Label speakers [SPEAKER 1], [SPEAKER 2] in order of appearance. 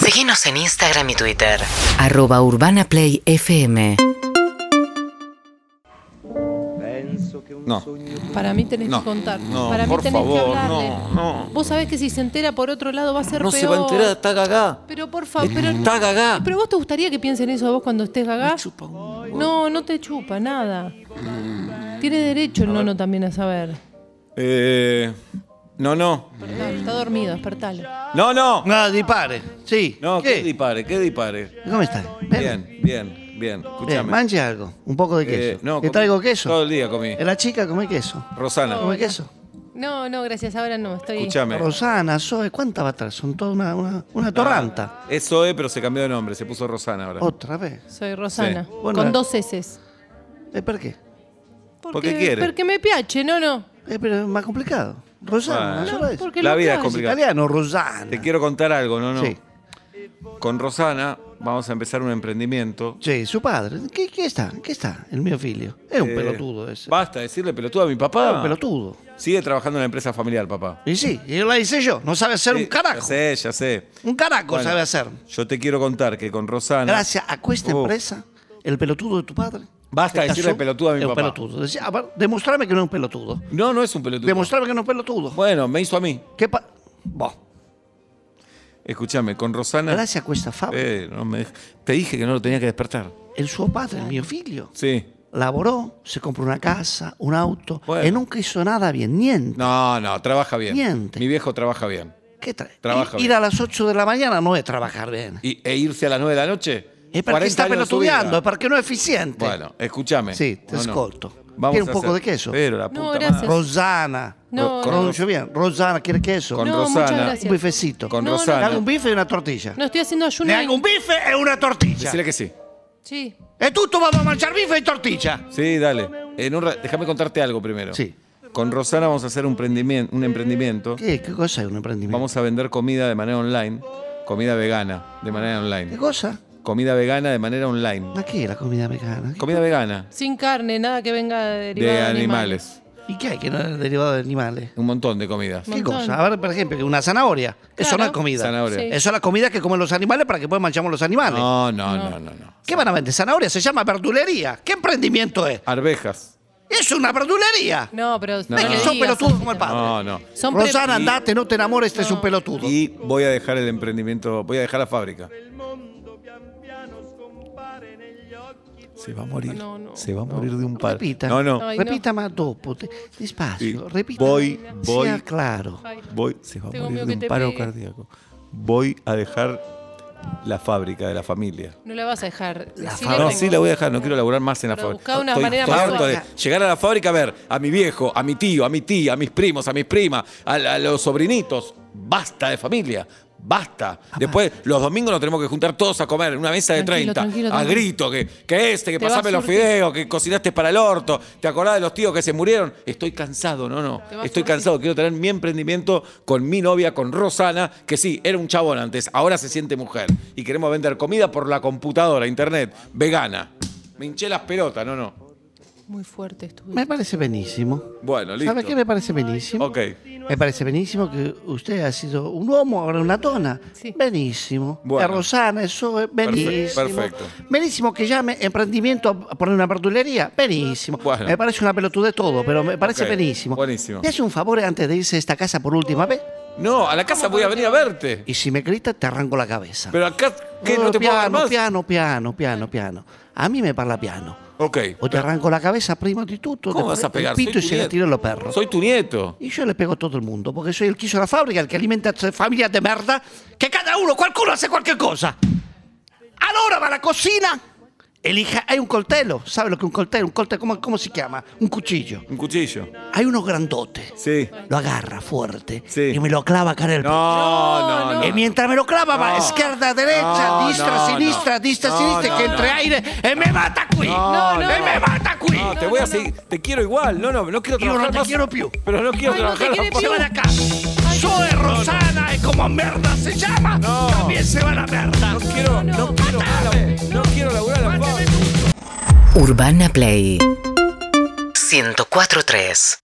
[SPEAKER 1] Seguinos en Instagram y Twitter.
[SPEAKER 2] arroba urbanaplayfm
[SPEAKER 3] No,
[SPEAKER 4] Para mí tenés
[SPEAKER 3] no,
[SPEAKER 4] que contar.
[SPEAKER 3] no,
[SPEAKER 4] Para mí
[SPEAKER 3] por
[SPEAKER 4] tenés que
[SPEAKER 3] favor,
[SPEAKER 4] hablarle.
[SPEAKER 3] no, no.
[SPEAKER 4] Vos sabés que si se entera por otro lado va a ser
[SPEAKER 5] No
[SPEAKER 4] peor.
[SPEAKER 5] se va a enterar, está gagá.
[SPEAKER 4] Pero por favor, pero
[SPEAKER 5] Está gagá.
[SPEAKER 4] Pero vos te gustaría que piensen eso a vos cuando estés gagá.
[SPEAKER 5] Me chupa un huevo.
[SPEAKER 4] No, no te chupa nada.
[SPEAKER 3] Mm.
[SPEAKER 4] Tiene derecho el nono también a saber.
[SPEAKER 3] Eh, no, no.
[SPEAKER 4] Perdón, está dormido, despertalo.
[SPEAKER 3] No, no.
[SPEAKER 6] No, dipare. Sí.
[SPEAKER 3] No,
[SPEAKER 6] ¿Qué? ¿Eh?
[SPEAKER 3] qué dipare, qué dipare.
[SPEAKER 6] ¿Cómo estás?
[SPEAKER 3] Bien, bien, bien.
[SPEAKER 6] Bien,
[SPEAKER 3] Escúchame.
[SPEAKER 6] manche algo. Un poco Eh, de
[SPEAKER 3] Eh,
[SPEAKER 6] queso.
[SPEAKER 3] no,
[SPEAKER 6] ¿Te
[SPEAKER 3] comí-
[SPEAKER 6] traigo queso?
[SPEAKER 3] Todo el día comí.
[SPEAKER 6] La chica come queso.
[SPEAKER 3] Rosana,
[SPEAKER 6] ¿Come queso?
[SPEAKER 4] No, no, gracias, ahora no, estoy...
[SPEAKER 3] escúchame.
[SPEAKER 6] Rosana, Zoe, ¿cuántas va a traer? Son toda una, una, una torranta.
[SPEAKER 3] Es Zoe, pero se cambió de nombre, se puso Rosana ahora.
[SPEAKER 6] Otra vez.
[SPEAKER 4] Soy Rosana,
[SPEAKER 3] Sí.
[SPEAKER 6] Bueno,
[SPEAKER 4] con
[SPEAKER 6] eh.
[SPEAKER 4] dos S's.
[SPEAKER 6] ¿Eh, ¿Por qué?
[SPEAKER 3] Porque quiere.
[SPEAKER 4] Porque me piache, no, no.
[SPEAKER 6] Eh, pero es más complicado. Rosana,
[SPEAKER 3] Bueno.
[SPEAKER 6] una sola vez.
[SPEAKER 4] porque
[SPEAKER 3] La
[SPEAKER 4] lo
[SPEAKER 3] vida es
[SPEAKER 4] callo.
[SPEAKER 6] Es
[SPEAKER 3] complicada.
[SPEAKER 6] italiano, Rosana.
[SPEAKER 3] Te quiero contar algo, no, no.
[SPEAKER 6] Sí.
[SPEAKER 3] Con Rosana vamos a empezar un emprendimiento.
[SPEAKER 6] Sí, su padre. ¿Qué, qué está? ¿Qué está? El mío filio. Es un
[SPEAKER 3] Eh,
[SPEAKER 6] pelotudo ese.
[SPEAKER 3] Basta decirle pelotudo a mi
[SPEAKER 6] Es
[SPEAKER 3] papá.
[SPEAKER 6] un pelotudo.
[SPEAKER 3] Sigue trabajando en la empresa familiar, papá.
[SPEAKER 6] Y sí, y la hice yo. No sabe hacer
[SPEAKER 3] Sí,
[SPEAKER 6] un carajo.
[SPEAKER 3] Ya sé, ya sé.
[SPEAKER 6] Un carajo
[SPEAKER 3] Bueno,
[SPEAKER 6] sabe hacer.
[SPEAKER 3] Yo te quiero contar que con Rosana.
[SPEAKER 6] Gracias a esta
[SPEAKER 3] Ah, Oh.
[SPEAKER 6] empresa, el pelotudo de tu padre.
[SPEAKER 3] Basta
[SPEAKER 6] se
[SPEAKER 3] decirle
[SPEAKER 6] casó,
[SPEAKER 3] pelotudo a mi
[SPEAKER 6] es un
[SPEAKER 3] papá.
[SPEAKER 6] pelotudo. Decía, a ver, demostrame que no es un pelotudo.
[SPEAKER 3] No, no es un pelotudo.
[SPEAKER 6] Demostrame que no es un pelotudo.
[SPEAKER 3] Bueno, me hizo a mí.
[SPEAKER 6] ¿Qué pa- Bah,
[SPEAKER 3] Escúchame, con Rosana.
[SPEAKER 6] Gracias a Cuesta Fabra.
[SPEAKER 3] Eh, no me dej- Te dije que no lo tenía que despertar.
[SPEAKER 6] El suo padre, el mio figlio,
[SPEAKER 3] Sí.
[SPEAKER 6] laboró, se compró una casa, un auto,
[SPEAKER 3] Bueno.
[SPEAKER 6] y nunca hizo nada bien, niente.
[SPEAKER 3] No, no, trabaja bien.
[SPEAKER 6] Miente.
[SPEAKER 3] Mi viejo trabaja bien.
[SPEAKER 6] ¿Qué trae?
[SPEAKER 3] Trabaja
[SPEAKER 6] ir
[SPEAKER 3] bien.
[SPEAKER 6] a las 8 de la mañana no es trabajar bien.
[SPEAKER 3] Y, e irse a las 9 de la noche.
[SPEAKER 6] Es porque
[SPEAKER 3] 40
[SPEAKER 6] está
[SPEAKER 3] años de su vida.
[SPEAKER 6] pelotudeando, es porque no es eficiente.
[SPEAKER 3] Bueno, escúchame.
[SPEAKER 6] Sí, te
[SPEAKER 3] No, no.
[SPEAKER 6] escolto.
[SPEAKER 3] Vamos
[SPEAKER 6] ¿Quiere
[SPEAKER 3] a
[SPEAKER 6] un poco
[SPEAKER 3] hacer-
[SPEAKER 6] de queso?
[SPEAKER 3] Pero la
[SPEAKER 4] No,
[SPEAKER 3] puta
[SPEAKER 4] gracias.
[SPEAKER 3] madre.
[SPEAKER 6] Rosana.
[SPEAKER 4] No,
[SPEAKER 3] Con-
[SPEAKER 4] no,
[SPEAKER 3] con-
[SPEAKER 6] Pronuncio bien. Rosana, ¿quiere queso?
[SPEAKER 3] con
[SPEAKER 4] no, muchas
[SPEAKER 3] Rosana.
[SPEAKER 6] Un
[SPEAKER 4] gracias.
[SPEAKER 6] bifecito.
[SPEAKER 3] Con
[SPEAKER 4] No, no,
[SPEAKER 6] Le
[SPEAKER 3] Rosana.
[SPEAKER 6] hago un bife e una tortilla.
[SPEAKER 4] No, estoy haciendo ayuno.
[SPEAKER 6] Le
[SPEAKER 4] en-
[SPEAKER 6] hago un bife e una tortilla.
[SPEAKER 3] Decile que sí.
[SPEAKER 4] Sí.
[SPEAKER 6] E tutto vamos a mangiar bife e tortilla.
[SPEAKER 3] Sí, dale. En un ra- Déjame contarte algo primero.
[SPEAKER 6] Sí.
[SPEAKER 3] Con Rosana vamos a hacer un, prendimien- un emprendimiento.
[SPEAKER 6] ¿Qué, qué cosa es un emprendimiento?
[SPEAKER 3] Vamos a vender comida de manera online. Comida vegana, de manera
[SPEAKER 6] ¿Qué
[SPEAKER 3] online.
[SPEAKER 6] cosa?
[SPEAKER 3] Comida vegana de manera online.
[SPEAKER 6] ¿La qué? La comida mexicana.
[SPEAKER 3] Comida vegana
[SPEAKER 4] Sin carne, nada que venga
[SPEAKER 3] de
[SPEAKER 4] derivado de animales.
[SPEAKER 3] animales.
[SPEAKER 6] ¿Y qué hay que no es derivado de animales?
[SPEAKER 3] Un montón de comidas.
[SPEAKER 6] ¿Qué
[SPEAKER 4] Montón.
[SPEAKER 6] cosa? A ver, por ejemplo, que una zanahoria. Eso no
[SPEAKER 4] Claro.
[SPEAKER 6] es comida.
[SPEAKER 3] Zanahoria.
[SPEAKER 4] Sí.
[SPEAKER 6] Eso es la comida que comen los animales para que puedan manchamos los animales.
[SPEAKER 3] No, no, no, no, no.
[SPEAKER 6] ¿Qué van a vender? Zanahoria se llama verdulería. ¿Qué emprendimiento es?
[SPEAKER 3] Arvejas.
[SPEAKER 6] Es una verdulería.
[SPEAKER 4] No, pero... No,
[SPEAKER 3] No es
[SPEAKER 6] Es
[SPEAKER 3] que
[SPEAKER 6] que
[SPEAKER 3] digas,
[SPEAKER 6] son pelotudos como el padre.
[SPEAKER 3] No, no.
[SPEAKER 4] Son pre-
[SPEAKER 6] Rosana, andate, no te enamores, este es un pelotudo.
[SPEAKER 3] Y voy a dejar el emprendimiento, voy a dejar la fábrica. Se va a morir.
[SPEAKER 4] No, no.
[SPEAKER 3] Se va a morir de un par.
[SPEAKER 6] Repita.
[SPEAKER 3] No, no.
[SPEAKER 4] Ay, no.
[SPEAKER 6] Repita más dopo. te- Despacio.
[SPEAKER 3] Sí.
[SPEAKER 6] Repita.
[SPEAKER 3] Voy,
[SPEAKER 6] Sea
[SPEAKER 3] voy.
[SPEAKER 6] claro.
[SPEAKER 4] Ay,
[SPEAKER 3] Voy, se va a
[SPEAKER 4] Tengo
[SPEAKER 3] morir
[SPEAKER 4] miedo
[SPEAKER 3] de
[SPEAKER 4] que
[SPEAKER 3] un
[SPEAKER 4] te
[SPEAKER 3] paro
[SPEAKER 4] pegue.
[SPEAKER 3] cardíaco. Voy a dejar la fábrica de la familia.
[SPEAKER 4] No la vas a dejar. Decile
[SPEAKER 3] No,
[SPEAKER 4] que-
[SPEAKER 3] sí la voy a dejar, no quiero laburar más en la
[SPEAKER 4] Pero
[SPEAKER 3] fábrica.
[SPEAKER 4] buscá una
[SPEAKER 3] Estoy
[SPEAKER 4] manera
[SPEAKER 3] harto
[SPEAKER 4] más-
[SPEAKER 3] de llegar a la fábrica a ver a mi viejo, a mi tío, a mi tía, a mis primos, a mis primas, a, la- a los sobrinitos. Basta de familia. Basta. Después, los domingos nos tenemos que juntar todos a comer en una mesa de
[SPEAKER 4] Tranquilo,
[SPEAKER 3] 30.
[SPEAKER 4] tranquilo,
[SPEAKER 3] a
[SPEAKER 4] tranquilo.
[SPEAKER 3] grito, que, que este, que
[SPEAKER 4] Te va a
[SPEAKER 3] pasame los
[SPEAKER 4] surtir.
[SPEAKER 3] fideos, que cocinaste para el orto, te acordás de los tíos que se murieron. Estoy cansado, no, no.
[SPEAKER 4] Te va a
[SPEAKER 3] Estoy
[SPEAKER 4] surtir.
[SPEAKER 3] cansado. Quiero tener mi emprendimiento con mi novia, con Rosana, que sí, era un chabón antes, ahora se siente mujer. Y queremos vender comida por la computadora, internet, vegana. Me hinché las pelotas, no, no.
[SPEAKER 4] Muy fuerte estuve.
[SPEAKER 6] Me parece benísimo.
[SPEAKER 3] Bueno, listo.
[SPEAKER 6] ¿Sabe qué me parece benísimo?
[SPEAKER 3] Ok.
[SPEAKER 6] Me parece benísimo que usted ha sido un uomo, ahora una donna.
[SPEAKER 4] Sì.
[SPEAKER 6] Benísimo.
[SPEAKER 3] Buono.
[SPEAKER 6] E Rosana, eso es benísimo.
[SPEAKER 3] perfetto.
[SPEAKER 6] Benísimo que llame emprendimiento a poner una verdulería. Benísimo.
[SPEAKER 3] Buono.
[SPEAKER 6] Me parece una pelotudez todo, pero me parece
[SPEAKER 3] Ok,
[SPEAKER 6] benísimo.
[SPEAKER 3] buenísimo.
[SPEAKER 6] ¿Me hace un favor antes de irse a esta casa por última vez?
[SPEAKER 3] No, a la casa voy a venir a verte.
[SPEAKER 6] Y si me gritas, te arranco la cabeza.
[SPEAKER 3] Pero acá, ¿qué?
[SPEAKER 6] No,
[SPEAKER 3] ¿No te puedo
[SPEAKER 6] piano,
[SPEAKER 3] hablar más?
[SPEAKER 6] piano, piano, piano, piano. A mí me parla piano.
[SPEAKER 3] Ok.
[SPEAKER 6] O te arranco la cabeza prima di tutto,
[SPEAKER 3] ¿Cómo
[SPEAKER 6] después
[SPEAKER 3] vas a pegar?
[SPEAKER 6] el pito
[SPEAKER 3] Soy
[SPEAKER 6] y
[SPEAKER 3] tu
[SPEAKER 6] se la
[SPEAKER 3] nieto.
[SPEAKER 6] tiro a los perros.
[SPEAKER 3] Soy tu nieto.
[SPEAKER 6] Y yo le pego a todo el mundo, porque soy el que hizo la fábrica, el que alimenta a tre famiglie de merda, que cada uno, qualcuno hace cualquier cosa. Allora va alla cocina, elija, hay un coltello, ¿sabe lo que es un coltello? Un coltello, ¿cómo, cómo se llama? Un cuchillo.
[SPEAKER 3] Un cuchillo.
[SPEAKER 6] Hay uno grandote,
[SPEAKER 3] Sí.
[SPEAKER 6] lo agarra fuerte
[SPEAKER 3] Sí.
[SPEAKER 6] y me lo clava acá en el pito.
[SPEAKER 3] No, no, no.
[SPEAKER 6] E mientras me lo clava, va izquierda, derecha,
[SPEAKER 3] No,
[SPEAKER 6] distra,
[SPEAKER 3] no,
[SPEAKER 6] sinistra,
[SPEAKER 3] no.
[SPEAKER 6] distra,
[SPEAKER 3] No,
[SPEAKER 6] sinistra,
[SPEAKER 3] no,
[SPEAKER 6] que
[SPEAKER 3] no.
[SPEAKER 6] entre aire, y me mata aquí.
[SPEAKER 3] No,
[SPEAKER 6] E me mata aquí.
[SPEAKER 3] No, te voy a seguir. Te quiero igual. No, no, no quiero
[SPEAKER 6] Io
[SPEAKER 3] trabajar
[SPEAKER 6] non te
[SPEAKER 3] más.
[SPEAKER 6] quiero più.
[SPEAKER 3] Pero no quiero
[SPEAKER 4] Ay, no te
[SPEAKER 3] trabajar
[SPEAKER 4] quiere
[SPEAKER 3] más.
[SPEAKER 6] Se va de acá. Zoe Rosana, es como merda se llama.
[SPEAKER 3] No.
[SPEAKER 6] También se va a la merda.
[SPEAKER 3] No quiero, no quiero, no quiero laburar a la fábrica.
[SPEAKER 2] Urbana
[SPEAKER 1] Play
[SPEAKER 2] Play
[SPEAKER 1] 104.3